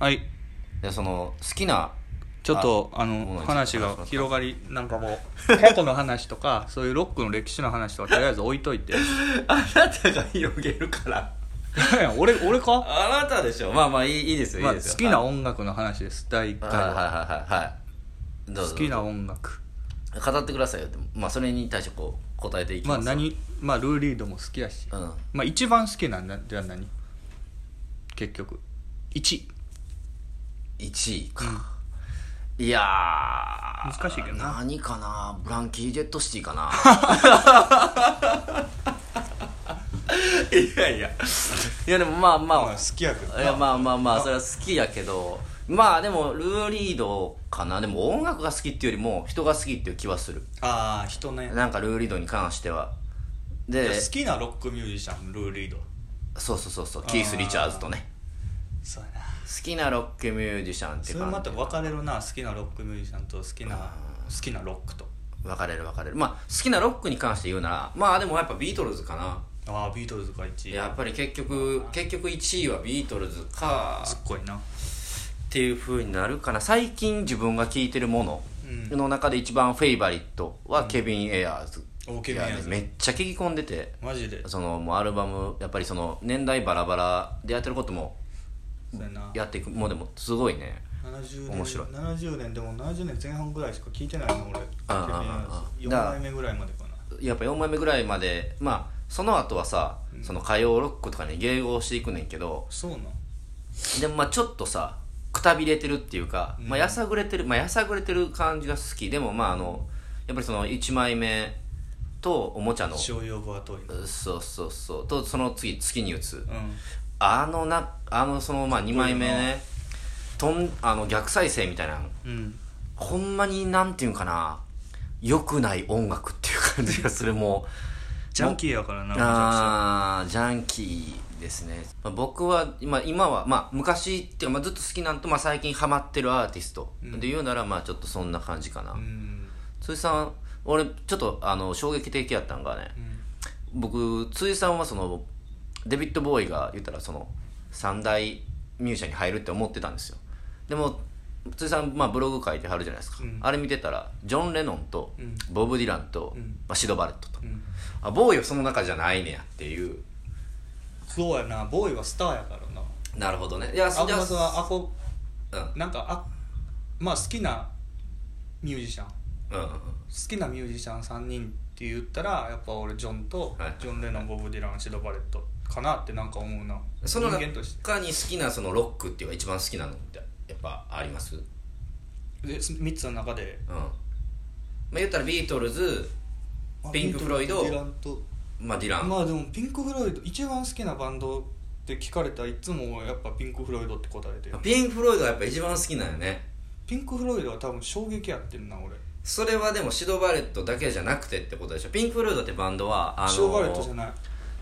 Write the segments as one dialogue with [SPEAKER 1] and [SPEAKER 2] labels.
[SPEAKER 1] はい
[SPEAKER 2] でその好きな
[SPEAKER 1] ちょっとあ
[SPEAKER 2] もう
[SPEAKER 1] の
[SPEAKER 2] ちょっと
[SPEAKER 1] 話が広がりなんかも う過去の話とかそういうロックの歴史の話とかとりあえず置いといて
[SPEAKER 2] あなたが広げるから
[SPEAKER 1] 俺俺か、
[SPEAKER 2] あなたでしょまあまあいいいいですよ
[SPEAKER 1] まあ、
[SPEAKER 2] いい
[SPEAKER 1] 好
[SPEAKER 2] ですよ
[SPEAKER 1] きな音楽の話です第1
[SPEAKER 2] は
[SPEAKER 1] 回
[SPEAKER 2] いはいは
[SPEAKER 1] はい
[SPEAKER 2] はいはいどうぞ
[SPEAKER 1] 好きな音楽
[SPEAKER 2] 語ってくださいよってまあそれに対してこう答えていき
[SPEAKER 1] まあ
[SPEAKER 2] ます
[SPEAKER 1] 何まあルー・リードも好きやし
[SPEAKER 2] うん
[SPEAKER 1] まあ一番好きなんだじゃあ何結局1
[SPEAKER 2] 1位か、いやー
[SPEAKER 1] 難しいけどな
[SPEAKER 2] 何かなブランキー・ジェット・シティか ないやいやいやでもまあまあ、
[SPEAKER 1] 好きやけ
[SPEAKER 2] いやまあまあまあそれは好きやけどまあでもルーリードかなでも音楽が好きっていうよりも人が好きっていう気はする
[SPEAKER 1] ああ人ね
[SPEAKER 2] なんかルーリードに関してはで
[SPEAKER 1] きなロックミュージシャンルー・リード
[SPEAKER 2] そうそうそうそうキース・リチャーズとね
[SPEAKER 1] そうやな
[SPEAKER 2] 好きなロックミュージシャンって
[SPEAKER 1] そ
[SPEAKER 2] 感
[SPEAKER 1] れ
[SPEAKER 2] じ
[SPEAKER 1] また分かれるな好きなロックミュージシャンと好きな好きなロックと
[SPEAKER 2] 分かれる分かれるまあ好きなロックに関して言うならまあでもやっぱビートルズかな
[SPEAKER 1] ああビートルズが1位
[SPEAKER 2] やっぱり結局結局1位はビートルズか
[SPEAKER 1] すっごいな
[SPEAKER 2] っていう風になるかな最近自分が聴いてるもの
[SPEAKER 1] うん
[SPEAKER 2] の中で一番フェイバリットはケビン・エアーズ、
[SPEAKER 1] オーケーや
[SPEAKER 2] いやねめっちゃ聴き込んでて
[SPEAKER 1] マジで
[SPEAKER 2] そのもうアルバムやっぱりその年代バラバラでやってることも
[SPEAKER 1] そうやな
[SPEAKER 2] やっていくもうでもすごいね
[SPEAKER 1] 70
[SPEAKER 2] 面白い
[SPEAKER 1] 70年でも70年前半ぐらいしか聞いてないの俺
[SPEAKER 2] あああ
[SPEAKER 1] 4枚目ぐらいまでかな
[SPEAKER 2] やっぱ4枚目ぐらいまでまあその後はさ、その歌謡ロックとかに迎合していくねんけど
[SPEAKER 1] そうなん
[SPEAKER 2] でもまあちょっとさくたびれてるっていうか、まあ、やさぐれてる、まあ、やさぐれてる感じが好きでもまああのやっぱりその1枚目とおもちゃの
[SPEAKER 1] 醤油オブアトイの
[SPEAKER 2] そうそうそうとその次月に打つ
[SPEAKER 1] うん
[SPEAKER 2] あのなあのそのまあ2枚目ねとんあの逆再生みたいな
[SPEAKER 1] うん
[SPEAKER 2] ほんまになんていうんかな良くない音楽っていう感じがするもう
[SPEAKER 1] ジャンキーやからな
[SPEAKER 2] ああージャンキーですね、まあ、僕は今今は、まあ、昔っていうか、まあ、ずっと好きなんと、まあ、最近ハマってるアーティスト
[SPEAKER 1] うん
[SPEAKER 2] で言うなら、まあちょっとそんな感じかな、
[SPEAKER 1] うん
[SPEAKER 2] 辻さん俺ちょっとあの衝撃的やったんがね僕辻さんはそのデビッド・ボーイが言ったらその三大ミュージシャンに入るって思ってたんですよでも辻さん、まあ、ブログ書いてはるじゃないですか、
[SPEAKER 1] うん
[SPEAKER 2] あれ見てたらジョン・レノンと
[SPEAKER 1] うん
[SPEAKER 2] ボブ・ディランと、
[SPEAKER 1] うん
[SPEAKER 2] まあ、シド・バレットと、
[SPEAKER 1] うん
[SPEAKER 2] あボーイはその中じゃないねやっていう
[SPEAKER 1] そうやなボーイはスターやからな
[SPEAKER 2] なるほどねいや
[SPEAKER 1] あんま
[SPEAKER 2] じゃあ
[SPEAKER 1] そのアホ
[SPEAKER 2] うん
[SPEAKER 1] なんかあまあ好きなミュージシャン好
[SPEAKER 2] うんうんうん
[SPEAKER 1] きなミュージシャン3人って言ったらやっぱ俺ジョンと
[SPEAKER 2] はい
[SPEAKER 1] ジョン・レノンボブ・ディランシド・バレットかなってなんか思うな
[SPEAKER 2] その
[SPEAKER 1] 人間として
[SPEAKER 2] 中に好きなそのロックっていうか一番好きなのってやっぱありますうん
[SPEAKER 1] で3つの中で
[SPEAKER 2] まあ言ったらビートルズピンクフロイド
[SPEAKER 1] ディランと
[SPEAKER 2] まあディラン、
[SPEAKER 1] まあでもピンク・フロイド一番好きなバンドって聞かれたらいつもやっぱピンク・フロイドって答えてる
[SPEAKER 2] ピンク・フロイドがやっぱ一番好きなんよね
[SPEAKER 1] ピンク・フロイドは多分衝撃やってんな俺
[SPEAKER 2] それはでもシド・バレットだけじゃなくてってことでしょピンク・フロイドってバンドはあの
[SPEAKER 1] ショー・バレットじゃない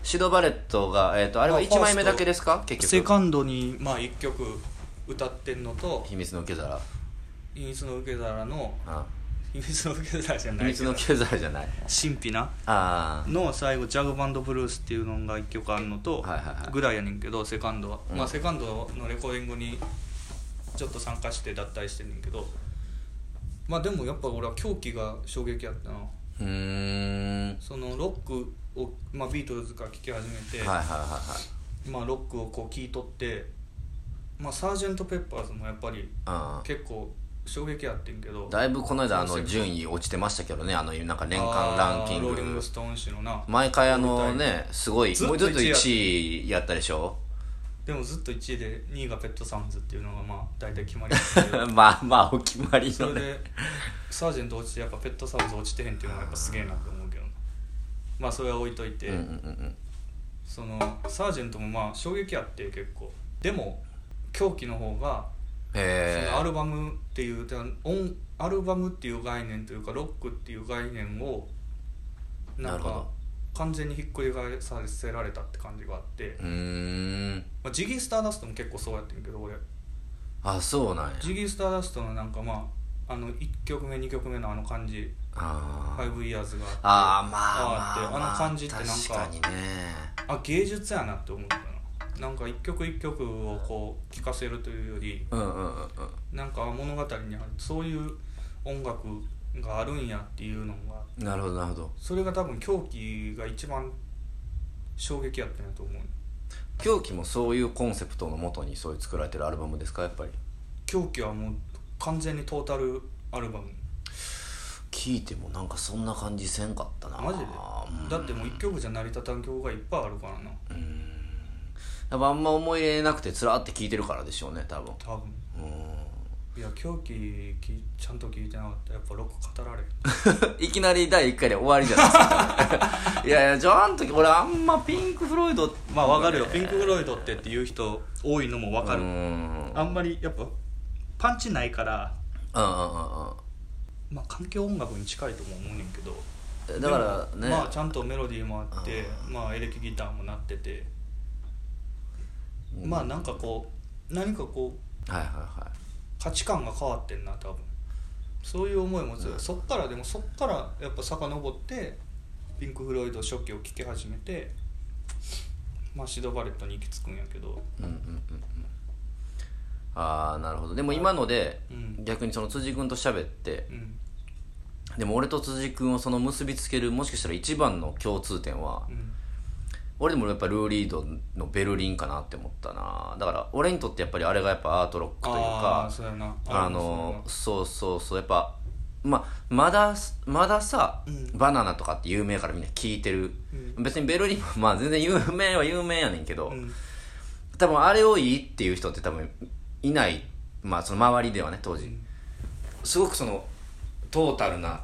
[SPEAKER 2] シド・バレットが、えー、とあれは
[SPEAKER 1] まあ
[SPEAKER 2] 1枚目だけですか結
[SPEAKER 1] セ
[SPEAKER 2] 局
[SPEAKER 1] カンドにまあ1曲歌ってんのと
[SPEAKER 2] 秘密の受け皿
[SPEAKER 1] 「秘密の受け皿」の
[SPEAKER 2] あ
[SPEAKER 1] 「秘密の受け皿」じゃ
[SPEAKER 2] 秘
[SPEAKER 1] ないけ
[SPEAKER 2] 密
[SPEAKER 1] ど
[SPEAKER 2] の受け皿じゃない
[SPEAKER 1] 神秘な
[SPEAKER 2] あ
[SPEAKER 1] の最後「ジャグバンド・ブルース」っていうのが1曲あるのと
[SPEAKER 2] はいはいはい
[SPEAKER 1] ぐらいやねんけどセカンドは、
[SPEAKER 2] うん
[SPEAKER 1] まあセカンドのレコーディングにちょっと参加して脱退してんねんけどまあでもやっぱ俺は狂気が衝撃やったな
[SPEAKER 2] あうーんはい
[SPEAKER 1] そのロックを、まあ、ビートルズから聴き始めて、
[SPEAKER 2] はいはいはい
[SPEAKER 1] まあ、ロックをこう聴いとって、まあ、サージェント・ペッパーズもやっぱり
[SPEAKER 2] ああ
[SPEAKER 1] 結構衝撃やってんけど
[SPEAKER 2] だいぶこの間あ
[SPEAKER 1] そう
[SPEAKER 2] の
[SPEAKER 1] です
[SPEAKER 2] 順位落ちてましたけどねあのなんか年間ランキン
[SPEAKER 1] あーローリン
[SPEAKER 2] グ
[SPEAKER 1] グ・ストーン氏のな
[SPEAKER 2] 毎回あのねすごい
[SPEAKER 1] ずっ
[SPEAKER 2] も
[SPEAKER 1] と
[SPEAKER 2] うちょっと
[SPEAKER 1] 一位や
[SPEAKER 2] 1位やったでしょ
[SPEAKER 1] でもずっと1位で2位がペット・サウンズっていうのがまあ大体決まります けど
[SPEAKER 2] まあまあお決まり
[SPEAKER 1] そ
[SPEAKER 2] の
[SPEAKER 1] れ
[SPEAKER 2] ね
[SPEAKER 1] でサージェント落ちてやっぱペット・サウンズ落ちてへんっていうのがやっぱすげえなって思うけどなまあそれは置いといて、
[SPEAKER 2] うんうんうん
[SPEAKER 1] そのサージェントもまあ衝撃あって結構でも狂気の方が
[SPEAKER 2] へ
[SPEAKER 1] そ
[SPEAKER 2] え
[SPEAKER 1] のアルバムっていうてか音アルバムっていう概念というかロックっていう概念をな
[SPEAKER 2] なんるほ
[SPEAKER 1] か
[SPEAKER 2] ど
[SPEAKER 1] 完全にひっくり返させられたって感じがあって、
[SPEAKER 2] うーん
[SPEAKER 1] まあ、ジギー・スターダストも結構そうやってんけど俺
[SPEAKER 2] あそうなんや
[SPEAKER 1] ジギー・スターダストのなんかまああの1曲目2曲目のあの感じ「
[SPEAKER 2] あー
[SPEAKER 1] 5years」があって
[SPEAKER 2] あーまあまあま
[SPEAKER 1] あーってあの感じってなんか
[SPEAKER 2] 確かにね
[SPEAKER 1] あ芸術やなって思ったななんか一曲一曲をこう聴かせるというより
[SPEAKER 2] うんうんうんうん
[SPEAKER 1] なんか物語にあるそういう音楽があるんやっていうのが
[SPEAKER 2] なるほどなるほど
[SPEAKER 1] それが多分狂気が一番衝撃やったんやと思う
[SPEAKER 2] 狂気もそういうコンセプトのもとにそういう作られてるアルバムですかやっぱり
[SPEAKER 1] 狂気はもう完全にトータルアルバム
[SPEAKER 2] 聞いてもなんかそんな感じせんかったな
[SPEAKER 1] マジで
[SPEAKER 2] うん
[SPEAKER 1] だってもう一曲じゃ成り立たん曲がいっぱいあるからな
[SPEAKER 2] やっぱあんま思い入れなくてつらって聞いてるからでしょうね多分
[SPEAKER 1] 多分
[SPEAKER 2] う
[SPEAKER 1] いや狂気きちゃんと聞いてなかったやっぱロック語られへん
[SPEAKER 2] ん いきなり第1回で終わりじゃないですか いやいやじゃああの時俺あんまピンク・フロイド
[SPEAKER 1] まあわかるよピンク・フロイドってっていう人多いのもわかる、
[SPEAKER 2] うんうん
[SPEAKER 1] あんまりやっぱパンチないから
[SPEAKER 2] うんうん
[SPEAKER 1] まあ環境音楽に近いとも思うねんけど
[SPEAKER 2] うんだから
[SPEAKER 1] でも
[SPEAKER 2] ね、
[SPEAKER 1] まあちゃんとメロディーもあってまあエレキギターも鳴ってて、まあなんかこう何かこう
[SPEAKER 2] はいはいはい
[SPEAKER 1] 価値観が変わってんな多分そういう思いもつ、そっからでもそっからやっぱ遡ってピンク・フロイド初期を聴き始めてまあシド・バレットに行き着くんやけど
[SPEAKER 2] うんうんうんうんああなるほどでも今ので
[SPEAKER 1] うん
[SPEAKER 2] 逆にその辻君と喋って
[SPEAKER 1] うん
[SPEAKER 2] でも俺と辻君をその結びつけるもしかしたら一番の共通点は
[SPEAKER 1] うん
[SPEAKER 2] 俺でもやっぱルー・リードの「ベルリン」かなって思ったなだから俺にとってやっぱりあれがやっぱアートロックという
[SPEAKER 1] ああ
[SPEAKER 2] か
[SPEAKER 1] ーそうやな
[SPEAKER 2] あのそうそうそうやっぱまあまだまださ、
[SPEAKER 1] うん
[SPEAKER 2] バナナとかって有名からみんな聞いてる、
[SPEAKER 1] う
[SPEAKER 2] 別にベルリンもまあ全然有名は有名やねんけど、
[SPEAKER 1] そうやなうん
[SPEAKER 2] 多分あれをいいっていう人って多分いないまあその周りではね当時、
[SPEAKER 1] うん
[SPEAKER 2] すごくそのトータルな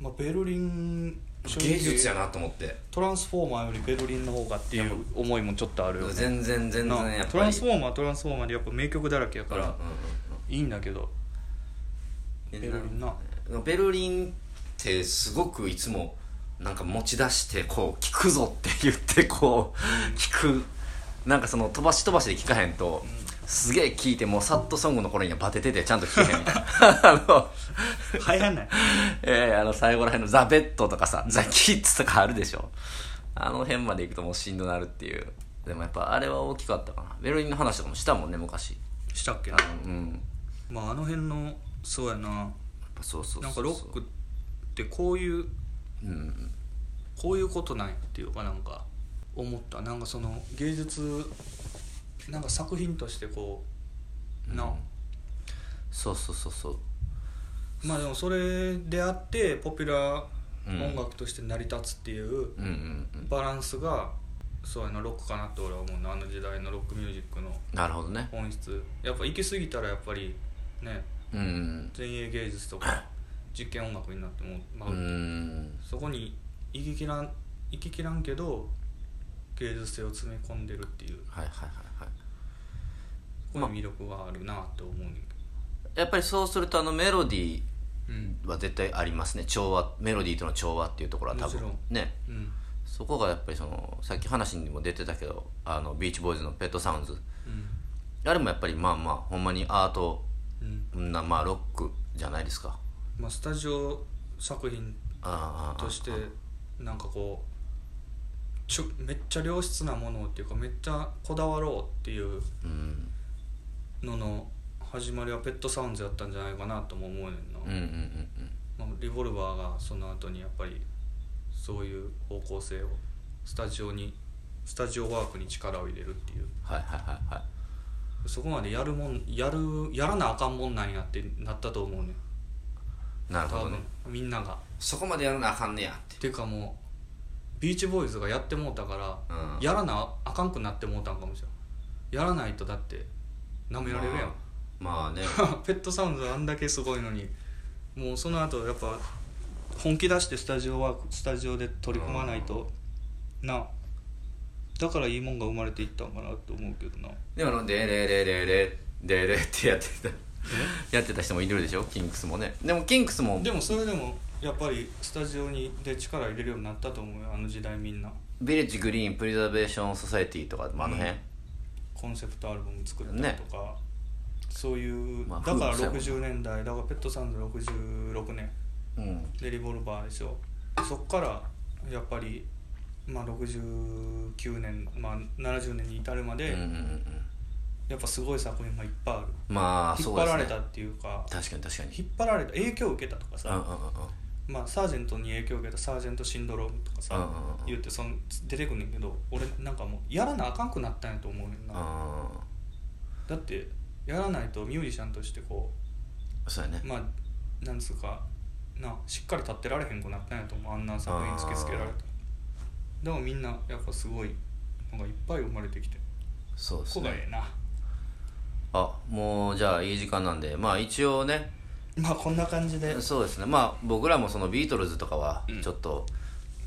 [SPEAKER 1] まあ、ベルリン
[SPEAKER 2] 芸術やなと思って
[SPEAKER 1] トランスフォーマーよりベルリンの方がっていう思いもちょっとあるよね
[SPEAKER 2] 全然全然
[SPEAKER 1] な
[SPEAKER 2] やっぱり
[SPEAKER 1] トランスフォーマーはトランスフォーマーでやっぱ名曲だらけやから、いいんだけど
[SPEAKER 2] うん
[SPEAKER 1] ベ
[SPEAKER 2] うん
[SPEAKER 1] ルリンな
[SPEAKER 2] うんベルリンってすごくいつもなんか持ち出してこう聞くぞって言ってこう 聞くなんかその飛ばし飛ばしで聞かへんと、すげえ聞いてもうサッドソングの頃にはバテててちゃんと聞 けへんみたいなあの
[SPEAKER 1] 流行んない
[SPEAKER 2] ええあの最後らへんのザ・ベッドとかさ、ザ・キッズとかあるでしょ。あの辺まで行くともうしんどなるっていう。でもやっぱあれは大きかったかな。ベルリンの話とかもしたもんね、昔。
[SPEAKER 1] した っけ
[SPEAKER 2] あのうん。やっ
[SPEAKER 1] まああの辺のそうやな
[SPEAKER 2] ぱそうそうそうそう。
[SPEAKER 1] なんかロックってこういう
[SPEAKER 2] うん。
[SPEAKER 1] こういうことなんやっていうかなんか思ったなんかその芸術なんか作品としてこうな、
[SPEAKER 2] そうそうそうそう。
[SPEAKER 1] まあでもそれであってポピュラ
[SPEAKER 2] うん
[SPEAKER 1] ー音楽として成り立つっていう
[SPEAKER 2] うんうんうん。
[SPEAKER 1] バランスがそうやなロックかなって俺は思うなあの時代のロックミュージックの
[SPEAKER 2] なるほどね。
[SPEAKER 1] 本質やっぱ行き過ぎたらやっぱりね
[SPEAKER 2] うんうん
[SPEAKER 1] 前衛芸術とか実験音楽になっても、ま
[SPEAKER 2] う
[SPEAKER 1] あ
[SPEAKER 2] ん。うん。
[SPEAKER 1] そこに行ききらん行ききらんけど芸術性を詰め込んでるっていう
[SPEAKER 2] はいはいはいはい。
[SPEAKER 1] ここに魅力があるなって思うねんけ
[SPEAKER 2] やっぱりそうするとあのメロディ
[SPEAKER 1] どうん
[SPEAKER 2] ーは絶対ありますね。調和、メロディーとの調和っていうところは多分。
[SPEAKER 1] もち
[SPEAKER 2] ね。
[SPEAKER 1] うん
[SPEAKER 2] そこがやっぱりそのさっき話にも出てたけどあのビーチボーイズの「ペットサウンズ
[SPEAKER 1] うん」
[SPEAKER 2] あれもやっぱりまあまあほんまにアート
[SPEAKER 1] うん
[SPEAKER 2] なまあロックじゃないですか
[SPEAKER 1] まあスタジオ作品
[SPEAKER 2] ああああ
[SPEAKER 1] としてなんかこうちょめっちゃ良質なものをっていうかめっちゃこだわろうっていう
[SPEAKER 2] うん
[SPEAKER 1] のの始まりはペットサウンズやったんじゃないかなとも思うねんな、
[SPEAKER 2] うんうんうんうん
[SPEAKER 1] まあ、リボルバーがその後にやっぱりそういう方向性をスタジオにスタジオワークに力を入れるっていう
[SPEAKER 2] はいはいはいはい
[SPEAKER 1] そこまでやるもんやるやらなあかんもんなんやってなったと思うねん
[SPEAKER 2] なる
[SPEAKER 1] 多
[SPEAKER 2] ほど
[SPEAKER 1] 分
[SPEAKER 2] ね
[SPEAKER 1] みんなが
[SPEAKER 2] そこまでやらなあかんねやって
[SPEAKER 1] っていうかもうビーチボーイズがやってもうたから、
[SPEAKER 2] うん
[SPEAKER 1] やらなあかんくなってもうたんかもしれんやらないとだってなめられるやん、
[SPEAKER 2] まあまあね
[SPEAKER 1] ペットサウンズあんだけすごいのにもうその後やっぱ本気出してスタジオワークスタジオで取り組まないとなだからいいもんが生まれていったんかなと思うけどな
[SPEAKER 2] でもあの「デレレレレデレ」ってやってたやってた人もいるでしょキンクスもねでもキンクスも
[SPEAKER 1] でもそれでもやっぱりスタジオにで力入れるようになったと思うよあの時代みんな
[SPEAKER 2] ビレッジグリーンプリザベーションソサエティとかまああの辺、
[SPEAKER 1] うんコンセプトアルバム作ったりとか、そういう、
[SPEAKER 2] まあ
[SPEAKER 1] だから
[SPEAKER 2] 夫婦そうやも
[SPEAKER 1] 60年
[SPEAKER 2] んな
[SPEAKER 1] 代だからペットサウンド66年
[SPEAKER 2] うん
[SPEAKER 1] でリボルバーでしょそっからやっぱりまあ、69年、まあ、70年に至るま
[SPEAKER 2] うん
[SPEAKER 1] で、
[SPEAKER 2] うんうん
[SPEAKER 1] やっぱすごい作品がいっぱいある
[SPEAKER 2] まあ
[SPEAKER 1] 引
[SPEAKER 2] そ
[SPEAKER 1] っ
[SPEAKER 2] うで
[SPEAKER 1] 張
[SPEAKER 2] す
[SPEAKER 1] ら
[SPEAKER 2] ね
[SPEAKER 1] れたっていうか
[SPEAKER 2] 確かに確かに
[SPEAKER 1] 引っ張られた影響を受けたとか
[SPEAKER 2] うんうん
[SPEAKER 1] さ、
[SPEAKER 2] うんうん
[SPEAKER 1] まあ、サージェントに影響を受けたサージェントシンドロームとかさ、
[SPEAKER 2] うんうんうん
[SPEAKER 1] 言ってその出てくんねんけど俺なんかもうやらなあかんくなったんやと思うねんな、
[SPEAKER 2] あ
[SPEAKER 1] だってやらないとミュージシャンとしてこ
[SPEAKER 2] ーそうやね
[SPEAKER 1] うまあなんつうかなしっかり立ってられへんくなったんやと思うあんな作品突きつけられた
[SPEAKER 2] あ
[SPEAKER 1] でもみんなやっぱすごいのがいっぱい生まれてきて
[SPEAKER 2] そうです
[SPEAKER 1] こがえ
[SPEAKER 2] ね
[SPEAKER 1] えな
[SPEAKER 2] あもうじゃあいい時間なんでまあ一応ね
[SPEAKER 1] まあこんな感じ で
[SPEAKER 2] そうですねまあ僕らもそのビートルズとかは
[SPEAKER 1] うん
[SPEAKER 2] ちょっと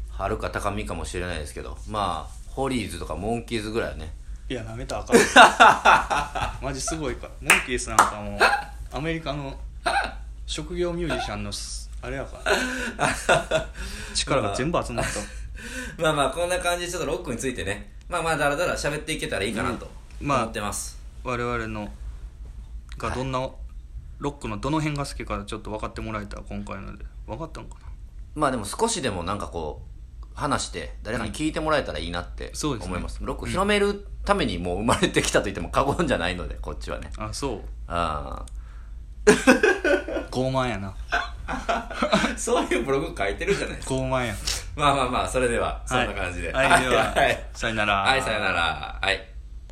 [SPEAKER 2] はるか高みかもしれないですけどまあホリーズとかモンキーズぐらいはね
[SPEAKER 1] いやなめたらあ かんマジすごいからモンキースなんかもうアメリカの職業ミュージシャンのすあれやから 力が全部集まった、
[SPEAKER 2] まあまあこんな感じでちょっとロックについてねまあまあだらだら喋っていけたらいいかなと
[SPEAKER 1] うんまあ
[SPEAKER 2] 思ってます、
[SPEAKER 1] 我々のがどんな、ロックのどの辺が好きかちょっと分かってもらえたら今回ので分かったのかな
[SPEAKER 2] まあでも少しでもなんかこう話して誰かに聞いてもらえたらいいなって
[SPEAKER 1] そう
[SPEAKER 2] 思い
[SPEAKER 1] ですね
[SPEAKER 2] ます,、ロック広めるためにもう生まれてきたと言っても過言じゃないのでこっちはね
[SPEAKER 1] あそう
[SPEAKER 2] あ
[SPEAKER 1] 傲慢やな
[SPEAKER 2] あ そういうブログ書いてるじゃないですか
[SPEAKER 1] 傲慢や
[SPEAKER 2] まあまあまあそれではそんな感じで
[SPEAKER 1] はい、はい、では、
[SPEAKER 2] はい
[SPEAKER 1] さよなら
[SPEAKER 2] はい、さよならはい